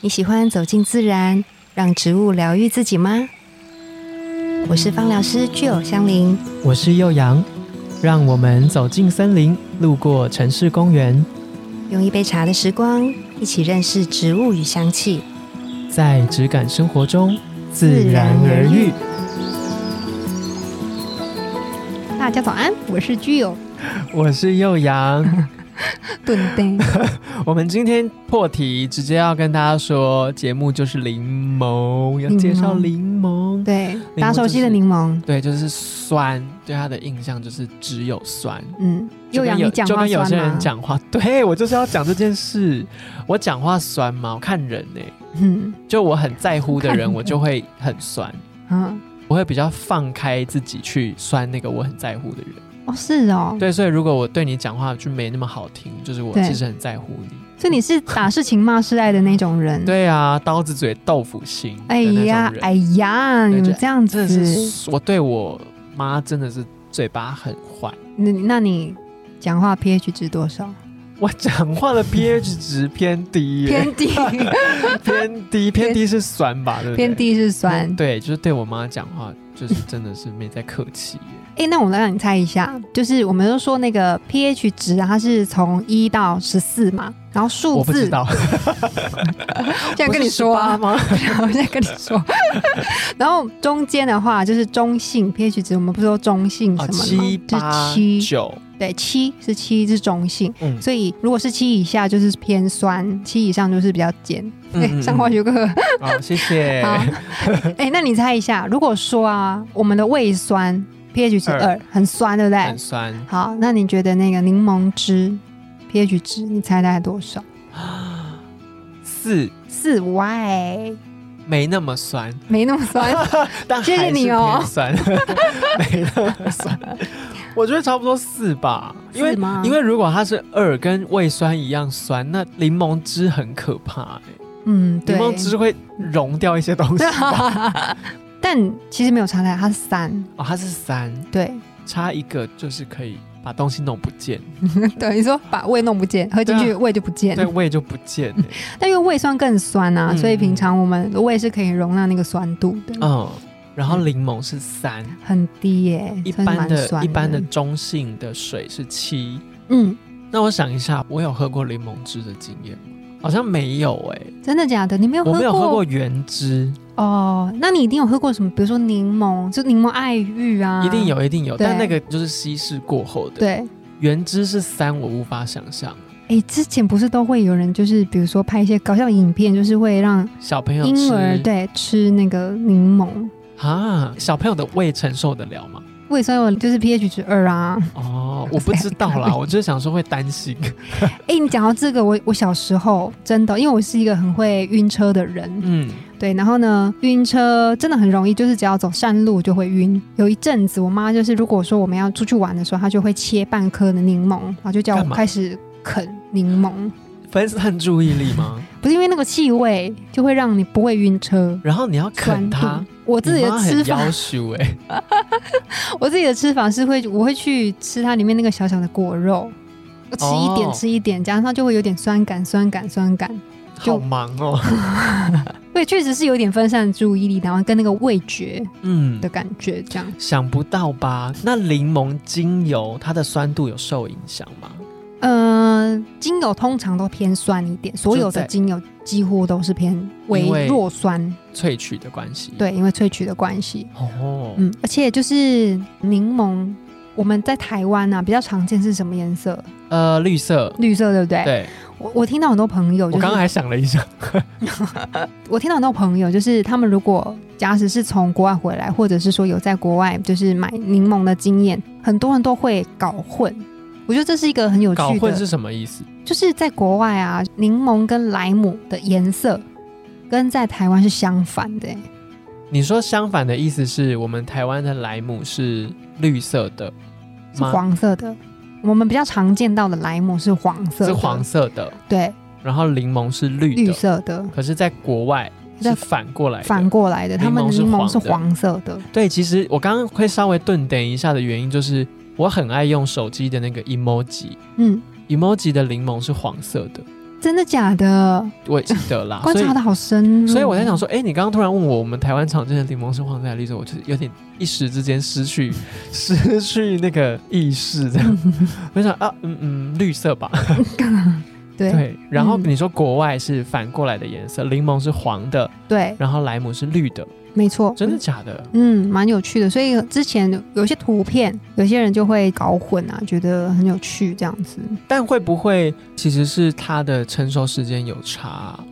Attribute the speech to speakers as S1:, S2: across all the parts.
S1: 你喜欢走进自然，让植物疗愈自己吗？我是芳疗师具有香林，
S2: 我是幼阳，让我们走进森林，路过城市公园，
S1: 用一杯茶的时光，一起认识植物与香气。
S2: 在质感生活中自然而愈。
S1: 大家早安，我是具 有
S2: 我是幼阳，
S1: 顿 呆。
S2: 我们今天破题，直接要跟大家说，节目就是柠檬，要介绍柠檬。
S1: 对，
S2: 檬
S1: 打手机的柠檬，
S2: 对，就是酸，对它的印象就是只有酸。
S1: 嗯，又
S2: 就跟
S1: 让
S2: 有
S1: 你讲
S2: 就
S1: 话
S2: 跟有
S1: 酸
S2: 些
S1: 吗
S2: 人？讲话，对我就是要讲这件事。我讲话酸吗？我看人呢、
S1: 嗯
S2: 就我很在乎的
S1: 看
S2: 人，
S1: 人
S2: 我就会很酸，
S1: 啊，
S2: 我会比较放开自己去酸那个我很在乎的人。
S1: 哦是哦，
S2: 对，所以如果我对你讲话就没那么好听，就是我
S1: 对
S2: 其实很在乎你。
S1: 所以你是打是情骂是爱的那种人。，
S2: 对啊，刀子嘴豆腐心的
S1: 哎
S2: 那种人。
S1: 呀哎呀，
S2: 对
S1: 你们
S2: 就
S1: 这样
S2: 真
S1: 子
S2: 的，是我对我妈真的是嘴巴很坏。
S1: 那那你讲话 pH 值多少？
S2: 我讲话的 pH 值偏低耶、
S1: 偏 低，
S2: 偏 低，偏低是酸吧？对不对？
S1: 偏低是酸。
S2: 对，就是对我妈讲话，就是真的是没在客气耶。
S1: 哎、那我来让你猜一下，就是我们都说那个 pH 值啊，它是从一到十四嘛，然后数
S2: 我不知
S1: 字，
S2: 道，
S1: 现在 跟你说啊， 我现在跟你说，然后中间的话就是中性 pH 值，我们不是说中性
S2: 啊，
S1: 什么的吗
S2: 七
S1: 就
S2: 八
S1: 是七，
S2: 九，
S1: 对，七是七是中性，
S2: 嗯
S1: 所以如果是七以下就是偏酸，七以上就是比较碱。
S2: 嗯
S1: 哎、
S2: 嗯
S1: 上化学课，
S2: 好，谢谢。
S1: 好，哎、那你猜一下，如果说啊，我们的胃酸 pH 值
S2: 二
S1: 二，很酸，对不对
S2: 很？酸，
S1: 好，那你觉得那个柠檬汁 pH 值，你猜大概多少？
S2: 四
S1: 四 Y，
S2: 没那么酸，
S1: 没那么酸。
S2: 但
S1: 谢谢
S2: 还是
S1: 你哦
S2: 偏酸， 没那么酸。我觉得差不多四吧，因为
S1: 是吗
S2: 因为如果它是二跟胃酸一样酸，那柠檬汁很可怕欸，
S1: 嗯，对
S2: 柠。檬汁会溶掉一些东 西吧。
S1: 但其实没有差太，它是三，
S2: 哦，它是三，
S1: 对
S2: 差一个就是可以把东西弄不见，
S1: 对。你说把胃弄不见，喝进去
S2: 对
S1: 胃就不见
S2: 对，。胃就不见 欸。
S1: 但因为胃酸更酸啊，
S2: 嗯
S1: 所以平常我们的胃是可以容纳那个酸度的，
S2: 嗯，然后柠檬是三，
S1: 很低耶，
S2: 一
S1: 算是
S2: 般
S1: 蛮
S2: 的
S1: 酸
S2: 一般的，中性的水是七。
S1: 嗯，
S2: 那我想一下，我有喝过柠檬汁的经验吗？好像没有哎、
S1: 真的假的？你没有
S2: 我没有喝
S1: 过
S2: 过原汁，
S1: 哦？那你一定有喝过什么？比如说柠檬，就柠檬爱玉啊，
S2: 一定。有，一定有，
S1: 对
S2: 但那个就是稀释过后的。
S1: 对，
S2: 原汁是三，我无法想象。
S1: 哎、之前不是都会有人就是，比如说拍一些搞笑影片，就是会让
S2: 小朋友吃
S1: 婴儿对吃那个柠檬，
S2: 啊，小朋友的胃承受得了吗？
S1: 胃酸有就是 pH 值二啊。
S2: 哦，我不知道啦，我就是想说会担心。
S1: 哎、你讲到这个，我我小时候真的，因为我是一个很会晕车的人，
S2: 嗯，
S1: 对，然后呢，晕车真的很容易，就是只要走山路就会晕。有一阵子，我妈就是如果说我们要出去玩的时候，她就会切半颗的柠檬，然后就叫我
S2: 干嘛
S1: 开始啃柠檬，
S2: 分散注意力吗？
S1: 不是因为那个气味就会让你不会晕车。
S2: 然后你要
S1: 酸
S2: 啃
S1: 度
S2: 它，，
S1: 我自己
S2: 你
S1: 的
S2: 妈
S1: 吃
S2: 很
S1: 法
S2: 要求 哎、
S1: 我自己的吃法是会，我会去吃它里面那个小小的果肉，吃一点、
S2: 哦
S1: 吃一点，加上它就会有点酸感、酸感、酸感。就
S2: 好忙哦。
S1: 对，确实是有点分散注意力，然后跟那个味觉
S2: 嗯
S1: 的，感觉这样。
S2: 想不到吧？那柠檬精油它的酸度有受影响吗？
S1: 嗯、精油通常都偏酸一点，所有
S2: 就
S1: 的
S2: 在
S1: 精油几乎都是偏
S2: 因
S1: 微
S2: 为
S1: 弱酸，
S2: 萃取的关系。，
S1: 对，因为萃取的关系。
S2: 哦，
S1: 嗯，而且就是柠檬，我们在台湾啊比较常见是什么颜色？
S2: 呃，绿色。
S1: 绿色，对不对？
S2: 对，
S1: 我我听到很多朋友、就
S2: 我
S1: 是，
S2: 刚刚还想了一下，
S1: 我听到很多朋友，就是他们如果假使是从国外回来，或者是说有在国外就是买柠檬的经验，很多人都会搞混。我觉得这是一个很有
S2: 搞
S1: 趣
S2: 混
S1: 的，
S2: 是什么意思？
S1: 就是在国外啊，柠檬跟莱姆的颜色跟在台湾是相反的、欸
S2: 你说相反的意思是我们台湾的莱姆是绿色的
S1: 是
S2: 吗？
S1: 黄色的。我们比较常见到的莱姆是黄色
S2: 是
S1: 的，
S2: 黄色的，
S1: 对
S2: 然后柠檬是绿的。
S1: 绿色的，
S2: 可是，在国外
S1: 在
S2: 是反过来的。
S1: 反过来的，他们的
S2: 柠
S1: 柠檬
S2: 檬是
S1: 是
S2: 黄的
S1: 黄色的。
S2: 对，其实我刚刚会稍微顿点一下的原因就是，我很爱用手机的那个 emoji。
S1: 嗯，
S2: emoji 的柠檬是黄色的，
S1: 真的假的？
S2: 我也记得啦。
S1: 观
S2: 啊所以
S1: 察的好深、哦
S2: 所以我在 想，说，哎、你刚刚突然问我，我们台湾常见的柠檬是黄色还是绿色，我就是有点一时之间失去 失去那个意识，这 样。我就想啊，嗯嗯，绿色吧。
S1: 对对
S2: 对。然后
S1: 嗯
S2: 你说国外是反过来的颜色，柠檬是黄的，然后莱姆是绿的，
S1: 没错，
S2: 真的假的？
S1: 嗯，蛮有趣的。所以之前有些图片，有些人就会搞混啊，觉得很有趣这样子。
S2: 但会不会其实是它的成熟时间有差啊、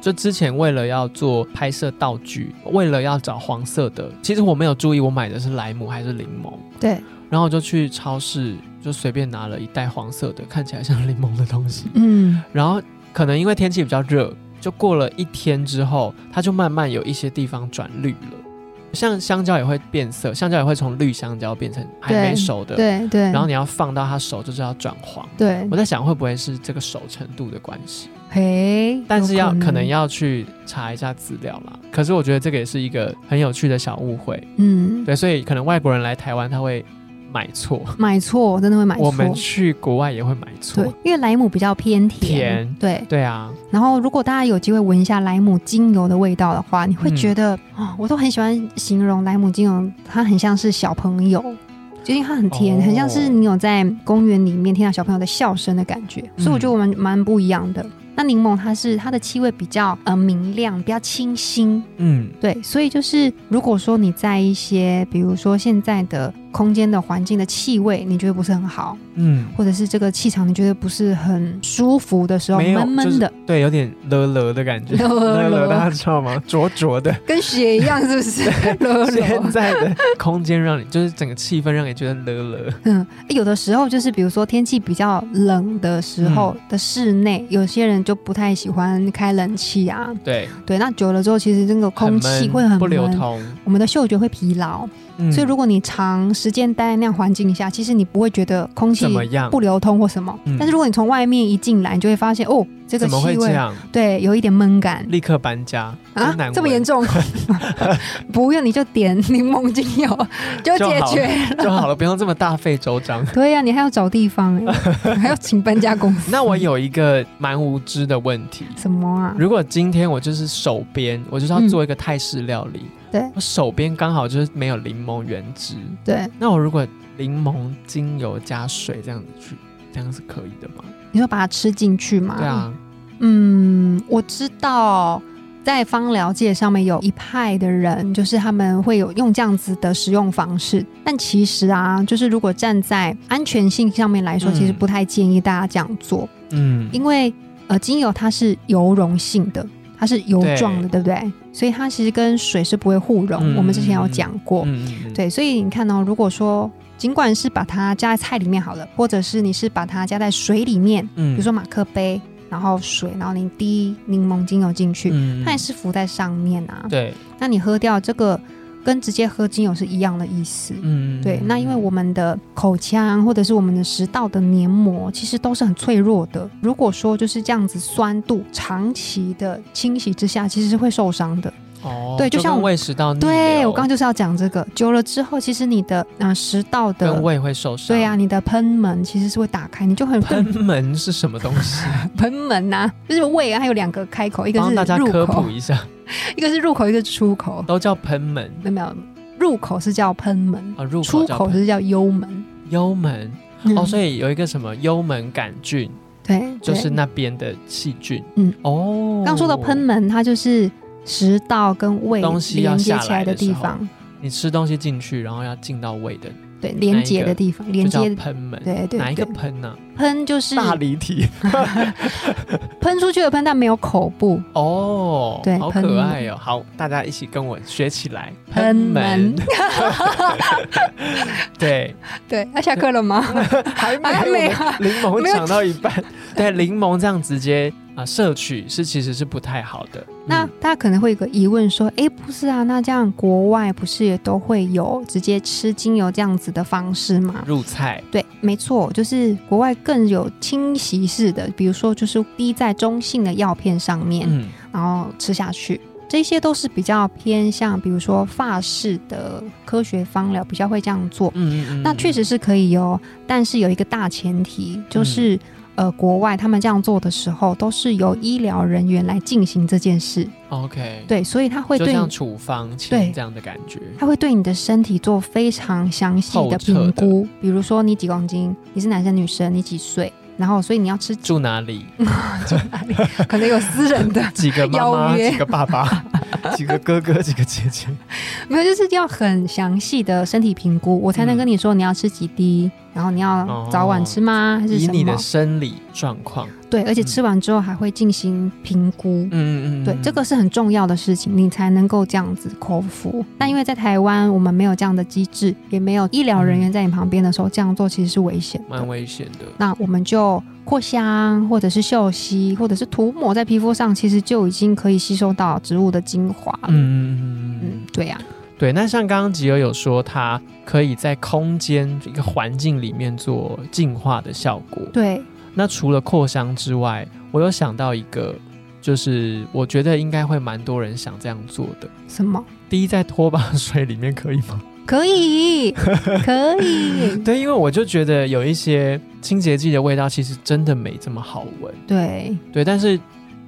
S2: 就之前为了要做拍摄道具，为了要找黄色的，其实我没有注意我买的是莱姆还是柠檬，
S1: 对，
S2: 然后我就去超市就随便拿了一袋黄色的，看起来像柠檬的东西，
S1: 嗯，
S2: 然后可能因为天气比较热，就过了一天之后，它就慢慢有一些地方转绿了。像香蕉也会变色，香蕉也会从绿香蕉变成还没
S1: 对
S2: 熟的，
S1: 对对。
S2: 然后你要放到它熟就是要转黄。
S1: 对
S2: 我，在想会不会是这个熟程度的关系，
S1: 嘿，
S2: 但是要
S1: 有
S2: 可能，要去查一下资料啦。可是我觉得这个也是一个很有趣的小误会，
S1: 嗯，
S2: 对，所以可能外国人来台湾他会买错，
S1: 买错真的会买错。
S2: 我们去国外也会买
S1: 对
S2: 错，，
S1: 因为莱姆比较偏甜，
S2: 甜
S1: 对。
S2: 对啊，
S1: 然后，如果大家有机会闻一下莱姆精油的味道的话，你会觉得啊、
S2: 嗯
S1: 哦我都很喜欢形容莱姆精油，它很像是小朋友，就因为它很甜，
S2: 哦
S1: 很像是你有在公园里面听到小朋友的笑声的感觉。
S2: 嗯
S1: 所以我觉得我们蛮不一样的。那柠檬它是它的气味比较呃明亮，比较清新，
S2: 嗯，
S1: 对，所以就是如果说你在一些，比如说现在的空间的环境的气味，你觉得不是很好，
S2: 嗯，
S1: 或者是这个气场你觉得不是很舒服的时候，
S2: 没有
S1: 闷闷的，
S2: 对，有点了了 的感觉，
S1: 了了
S2: 大家知 道吗？灼灼的。
S1: 跟血一样，是不 是？了
S2: 现
S1: 了。
S2: 在的空间让你就是整个气氛让你觉得了了，
S1: 嗯，有的时候就是比如说天气比较冷的时
S2: 嗯
S1: 候的室内，有些人就不太喜欢开冷气啊。
S2: 对，
S1: 对，那久了之后，其实这个空气
S2: 闷
S1: 会很
S2: 不流
S1: 闷
S2: 通，
S1: 我们的嗅觉会疲劳。
S2: 嗯
S1: 所以如果你长时间待在那样环境下，其实你不会觉得空气
S2: 怎么样
S1: 不流通或什么。
S2: 嗯
S1: 但是如果你从外面一进来，你就会发现哦，这个
S2: 怎么
S1: 气
S2: 会这
S1: 味
S2: 样？
S1: 对有一点闷感
S2: 立刻搬家
S1: 啊
S2: 真难，
S1: 这么严
S2: 闻
S1: 重？不用你就点柠檬精油就
S2: 就
S1: 解
S2: 好
S1: 决
S2: 就好了，不用这么大费周 章。
S1: 对呀、你还要找地方 哎，还要请搬家公司。
S2: 那我有一个蛮无知的问题。
S1: 什么啊？
S2: 如果今天我就是手边，我就是要
S1: 嗯
S2: 做一个泰式料理，
S1: 对
S2: 我手边刚好就是没有柠檬原汁，
S1: 对，
S2: 那我如果柠檬精油加水这样子去，这样是可以的吗？
S1: 你说把它吃进去嘛？
S2: 对啊，
S1: 嗯，我知道。在芳疗界上面有一派的人，就是他们会有用这样子的使用方式，但其实啊，就是如果站在安全性上面来说，
S2: 嗯
S1: 其实不太建议大家这样做，
S2: 嗯，
S1: 因为呃，精油它是油溶性的，它是油
S2: 对
S1: 状的，对不对？所以它其实跟水是不会互溶，
S2: 嗯
S1: 我们之前有讲过。
S2: 嗯嗯嗯
S1: 对，所以你看哦，如果说尽管是把它加在菜里面好了，或者是你是把它加在水里面，
S2: 嗯
S1: 比如说马克杯，然后水，然后你滴柠檬精油进去，
S2: 嗯
S1: 它也是浮在上面啊。
S2: 对，
S1: 那你喝掉这个，跟直接喝精油是一样的意思。
S2: 嗯
S1: 对，那因为我们的口腔或者是我们的食道的黏膜，其实都是很脆弱的。如果说就是这样子酸度长期的清洗之下，其实是会受伤的。
S2: 哦，
S1: 对就像
S2: 跟
S1: 我
S2: 胃食道逆流，
S1: 对我刚刚就是要讲这个，久了之后，其实你的啊、呃食道的
S2: 跟胃会受伤，
S1: 对呀、啊，你的喷门其实是会打开，你就 很
S2: 喷门是什么东西？
S1: 喷门呐、就是胃啊，它有两个开 口，一个
S2: 帮大
S1: 是
S2: 家
S1: 入
S2: 科
S1: 口
S2: 普，一下，
S1: 一个是入口，一个是出口。
S2: 都叫喷门
S1: 没有没有，入口是叫喷门，
S2: 啊，入
S1: 出
S2: 叫
S1: 口
S2: 喷
S1: 是叫幽门。
S2: 幽门哦，所
S1: 以
S2: 以有一个什么幽门杆菌，
S1: 对，
S2: 就是
S1: 对
S2: 那边的细菌。
S1: 嗯，
S2: 哦，
S1: 刚说的喷，门，它就是食道跟胃
S2: 东西要
S1: 连接
S2: 下
S1: 起来
S2: 来的
S1: 地
S2: 时候
S1: 方，
S2: 你吃东西进去，然后要进到胃的，
S1: 对，
S2: 哪
S1: 连
S2: 一
S1: 接
S2: 个
S1: 的地方，
S2: 就
S1: 连
S2: 叫
S1: 接。
S2: 喷门。
S1: 对对
S2: 哪一个
S1: 对，嗯
S2: 喷呢？
S1: 喷就是
S2: 大离体
S1: 喷出去的喷，但没有口部。
S2: 哦，
S1: 对
S2: 好
S1: 喷
S2: 可
S1: 门
S2: 爱哦。好，大家一起跟我学起来，
S1: 喷 门。
S2: 对，
S1: 对，那下课了吗？
S2: 还没
S1: 还没
S2: 我们
S1: 啊
S2: 柠
S1: 没
S2: 檬
S1: 有
S2: 抢到一 半，对，柠檬这样直接啊摄取是其实是不太好的。
S1: 那
S2: 嗯
S1: 大家可能会有个疑问说，诶，不是啊，那这样国外不是也都会有直接吃精油这样子的方式吗？
S2: 入菜，
S1: 对，没错，就是国外更有侵袭式的，比如说就是滴在中性的药片上面，
S2: 嗯，
S1: 然后吃下去，这些都是比较偏向，比如说法式的科学方疗比较会这样做。
S2: 嗯嗯嗯，
S1: 那确
S2: 嗯
S1: 实是可以哦，但是有一个大前提，就是、呃国外他们这样做的时候，都是由医疗人员来进行这件事。
S2: OK，，
S1: 对，所以它会
S2: 就
S1: 对你
S2: 像处方
S1: 对
S2: 前这样的感觉。
S1: 它会对你的身体做非常详细的评估，比如说你几公斤，你是男生女生，你几岁，然后所以你要吃
S2: 住哪里？
S1: 哪里，可能有私人的，
S2: 几个妈妈？
S1: 邀约
S2: 几个爸爸？几个哥哥？几个姐姐？
S1: 没有，就是要很详细的身体评估，我才能
S2: 嗯
S1: 跟你说你要吃几滴，然后你要
S2: 哦
S1: 早晚吃吗，还是
S2: 以
S1: 什
S2: 你
S1: 么
S2: 的？生理状况，
S1: 对，而且吃完之后还会进行评估。
S2: 嗯嗯嗯，
S1: 对，这个是很重要的事情，你才能够这样子口服。但因为在台湾，我们没有这样的机制，也没有医疗人员在你旁边的时候，这样做其实是危险的。
S2: 蛮危险的。
S1: 那我们就扩香，或者是嗅吸，或者是涂抹在皮肤上，其实就已经可以吸收到植物的精华了。嗯
S2: 嗯嗯嗯嗯嗯，
S1: 对呀、啊
S2: 对。那像刚刚吉尔有说，它可以在空间一个环境里面做净化的效果。
S1: 对，
S2: 那除了扩香之外，我有想到一个，就是我觉得应该会蛮多人想这样做的。
S1: 什么
S2: 滴在拖把水里面可以吗？
S1: 可以？可以，
S2: 对，因为我就觉得有一些清洁剂的味道其实真的没这么好闻。
S1: 对，
S2: 对，但是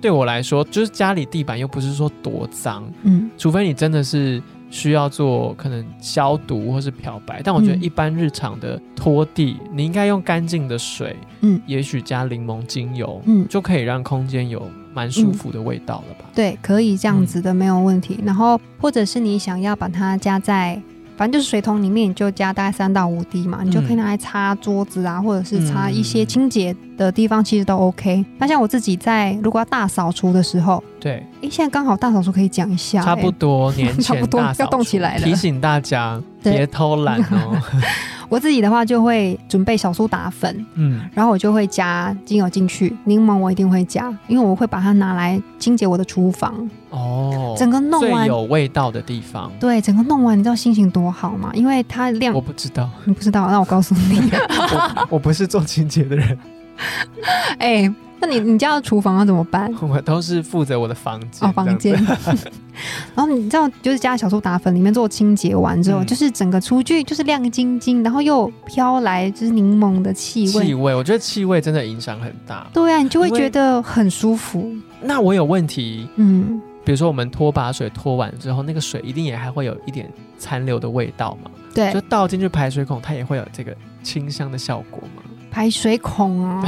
S2: 对我来说，就是家里地板又不是说多脏，
S1: 嗯，
S2: 除非你真的是需要做可能消毒或是漂白，但我觉得
S1: 嗯
S2: 一般日常的拖地，你应该用干净的水，
S1: 嗯
S2: 也许加柠檬精油，
S1: 嗯
S2: 就可以让空间有蛮舒服的味道了吧？
S1: 对，可以这样子的，没有问题。然后，或者是你想要把它加在。反正就是水桶里面，你就加大概三到五滴嘛，你就可以拿来擦桌子啊，或者是擦一些清洁的地方，其实都 OK。那像我自己在如果要大扫除的时候，
S2: 对，
S1: 诶，现在刚好大扫除可以讲一下、
S2: 差不
S1: 诶
S2: 多年
S1: 差不
S2: 嗯前
S1: 多
S2: 大扫
S1: 要动
S2: 除
S1: 起来了
S2: 提醒大家
S1: 对
S2: 别偷懒 哦。
S1: 我自己的话就会准备小苏打粉，
S2: 嗯，
S1: 然后我就会加精油进去，柠檬我一定会加，因为我会把它拿来清洁我的厨房，
S2: 哦，
S1: 整个弄
S2: 最
S1: 完。
S2: 有味道的地方，
S1: 对，整个弄完，你知道心情多好吗？因为它量
S2: 我不知 道，
S1: 你不知道，那我告诉 你，
S2: 我我不是做清洁的人，
S1: 哎、那你你家的厨房要怎么 办？
S2: 我都是负责我的房间
S1: 哦，房间
S2: 哎 这样子。。
S1: 然后你知道，就是加小苏打粉里面做清洁完之后，
S2: 嗯
S1: 就是整个厨具就是亮晶晶，然后又飘来就是柠檬的气味
S2: 气。味，我觉得气味真的影响很大。
S1: 对啊，你就会
S2: 因为
S1: 觉得很舒服。
S2: 那我有问题，
S1: 嗯，
S2: 比如说我们拖把水拖完之后，那个水一定也还会有一点残留的味道嘛？
S1: 对
S2: 就，倒进去排水孔，它也会有这个清香的效果嘛？
S1: 排水孔 啊，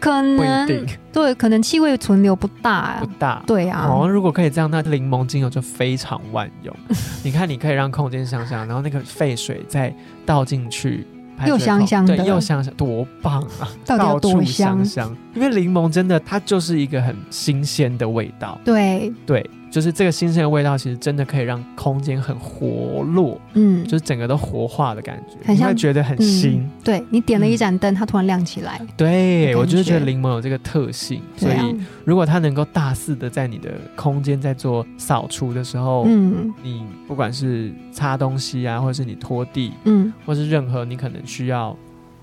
S1: 可
S2: 不
S1: 能
S2: 一定，
S1: 对，可能气味存留不大、
S2: 不
S1: 啊。
S2: 大。
S1: 对啊，
S2: 哦，如果可以这样，那柠檬精油就非常万 用。你看，你可以让空间香香，然后那个废水再倒进去排水
S1: 又
S2: 孔，
S1: 香香的
S2: 对，又香香，多棒啊！
S1: 到底有
S2: 到
S1: 多
S2: 处
S1: 香
S2: 香？香，因为柠檬真的它就是一个很新鲜的味道，
S1: 对，
S2: 对，就是这个新鲜的味道，其实真的可以让空间很活络，
S1: 嗯，
S2: 就是整个都活化的感觉，
S1: 很
S2: 你
S1: 像
S2: 会觉得很
S1: 嗯
S2: 新。
S1: 对你点了一
S2: 嗯
S1: 盏灯，它突然亮起来。
S2: 对
S1: 的
S2: 我就是
S1: 感觉
S2: 觉得柠檬有这个特性，所
S1: 对啊，
S2: 以如果它能够大肆的在你的空间在做扫除的时候，
S1: 嗯
S2: 你不管是擦东西啊，或者是你拖地，
S1: 嗯，
S2: 或是任何你可能需要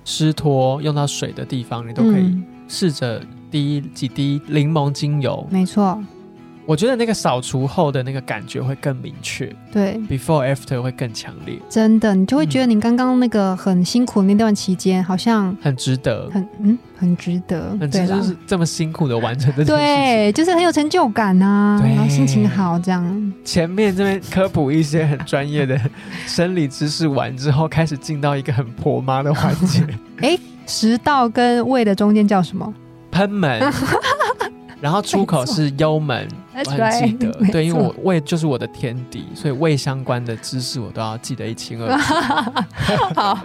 S2: 湿拖用到水的地方，你都可以
S1: 嗯
S2: 试着滴几滴柠檬精油，
S1: 没错，
S2: 我觉得那个扫除后的那个感觉会更明确
S1: 对，
S2: ，before after 会更强烈，
S1: 真的，你就会觉得
S2: 嗯
S1: 你刚刚那个很辛苦那段期间，好像
S2: 很值得，
S1: 很嗯很值得，
S2: 很值
S1: 对
S2: 得
S1: 啦
S2: 就，是这么辛苦的完成这件事
S1: 对，就是很有成就感啊，
S2: 对
S1: 然后心情好这样。
S2: 情。前面这边科普一些很专业的 生理知识完之后，开始进到一个很婆妈的环节，
S1: 食道跟胃的中间叫什么？
S2: 喷门。然后出口是幽门，我
S1: That's
S2: 很记得
S1: right，没，错
S2: 对，因为我胃就是我的天敌，所以胃相关的知识我都要记得一清二楚。
S1: 好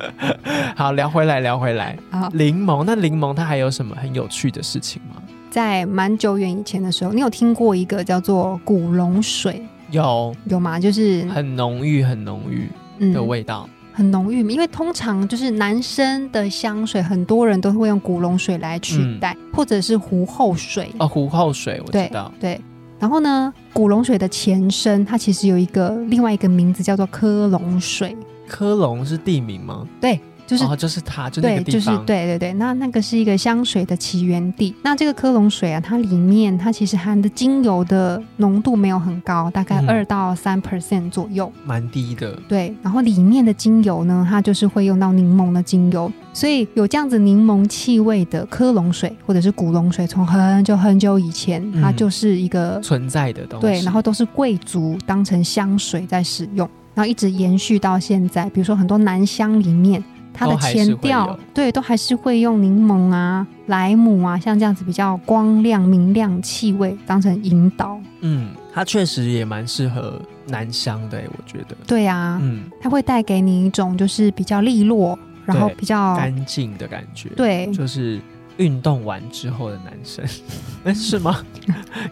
S2: 好，聊回来，聊回来，
S1: 好，
S2: 柠檬，那柠檬它还有什么很有趣的事情吗？
S1: 在蛮久远以前的时候，你有听过一个叫做古龙水
S2: 有，
S1: 有吗？就是
S2: 很浓郁，很浓郁
S1: 嗯
S2: 的味道。
S1: 很浓郁，因为通常就是男生的香水，很多人都会用古龙水来取代，或者是狐后水。
S2: 嗯哦，湖后水我知道，
S1: 嗯对，然后呢，古龙水的前身它其实有一个另外一个名字叫做科龙水，
S2: 科隆是地名吗？
S1: 对，就是
S2: 哦，就是它，就那
S1: 对，
S2: 个
S1: 就
S2: 地
S1: 是
S2: 方，
S1: 对对对，那那个是一个香水的起源地。那这个科隆水啊，它里面它其实含的精油的浓度没有很高，大概
S2: 嗯
S1: 二到三 percent 左右。
S2: 蛮低的。
S1: 对，然后里面的精油呢，它就是会用到柠檬的精油，所以有这样子柠檬气味的科隆水或者是古龙水，从很久很久以前，
S2: 嗯
S1: 它就是一个、
S2: 存在的东西，
S1: 对，然后都是贵族当成香水在使用，然后一直延续到现在。比如说很多男香里面，它的
S2: 都还是
S1: 前
S2: 会
S1: 调
S2: 有
S1: 对都还是会用柠檬啊、莱姆啊，像这样子比较光亮明亮气味当成引导。
S2: 嗯，它确实也蛮适合男香的欸，我觉得，
S1: 对啊，
S2: 嗯，
S1: 它会带给你一种就是比较利落，然后
S2: 对
S1: 比较
S2: 干净的感觉，，
S1: 哦对
S2: 就是运动完之后的男生， 哎，是 吗？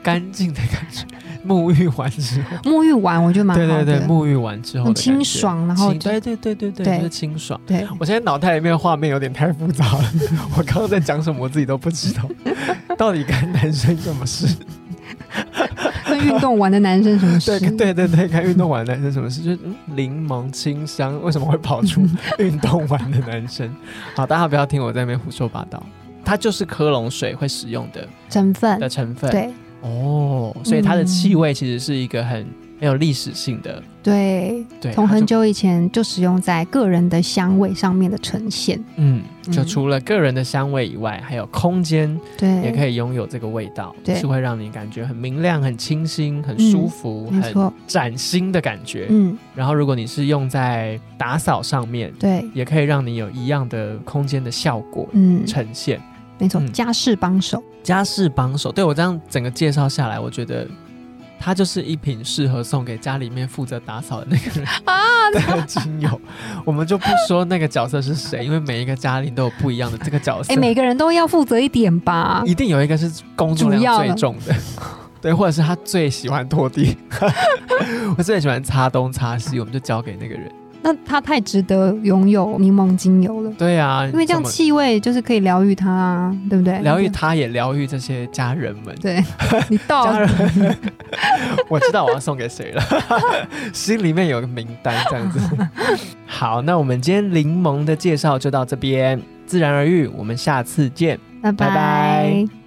S2: 干净的感觉，沐浴完之后，
S1: 沐浴完，我觉得蛮好
S2: 对对
S1: 的。
S2: 对，沐浴完之后的
S1: 很
S2: 感
S1: 清
S2: 觉
S1: 爽然后
S2: 清
S1: 就
S2: 对对对对对，
S1: 对
S2: 就是清爽。
S1: 对
S2: 我现在脑袋里面的画面有点太复杂了， 我刚刚在讲什么我自己都不知道， 到底干男生什么事？
S1: 跟运动完的男生什么事？
S2: 对对对对，看运动完的男生什么事？就是嗯柠檬清香，为什么会跑 出运动完的男生？好，大家不要听我在那边胡说八道，它就是科隆水会使用的
S1: 成分
S2: 的成分。
S1: 嗯对
S2: 哦，所以它的气味其实是一个很很有历史性的，
S1: 对，
S2: 对，
S1: 从
S2: 它就
S1: 很久以前就使用在个人的香味上面的呈现。
S2: 嗯，就
S1: 嗯
S2: 除了个人的香味以外，还有空间
S1: 对，
S2: 也可以拥有这个味道，
S1: 对
S2: 是会让你感觉很明亮、很清新、很舒服、
S1: 嗯没
S2: 很
S1: 错，
S2: 崭新的感觉。
S1: 嗯，
S2: 然后，如果你是用在打扫上面，
S1: 对，
S2: 也可以让你有一样的空间的效果
S1: 嗯，
S2: 呈现。
S1: 没错，
S2: 嗯
S1: 家事帮手，
S2: 家事帮手，对我这样整个介绍下来，我觉得它就是一瓶适合送给家里面负责打扫的那个人啊 的精油。我们就不说那个角色是谁，因为每一个家庭都有不一样的这个角色。
S1: 哎，每个人都要负责一点吧。
S2: 一定有一个是工作量最重 的，对，或者是他最喜欢拖地， 我最喜欢擦东擦西，我们就交给那个人。
S1: 那它太值得拥有柠檬精油了，
S2: 对啊，
S1: 因为这样
S2: 怎么
S1: 气味就是可以疗愈它啊，对不对？
S2: 疗愈。他也疗愈这些家人们。
S1: 对你到
S2: 家人， 我知道我要送给谁了， 心里面有个名单这 样子。好，那我们今天柠檬的介绍就到这边，自然而愈，我们下次见。
S1: 拜
S2: 拜拜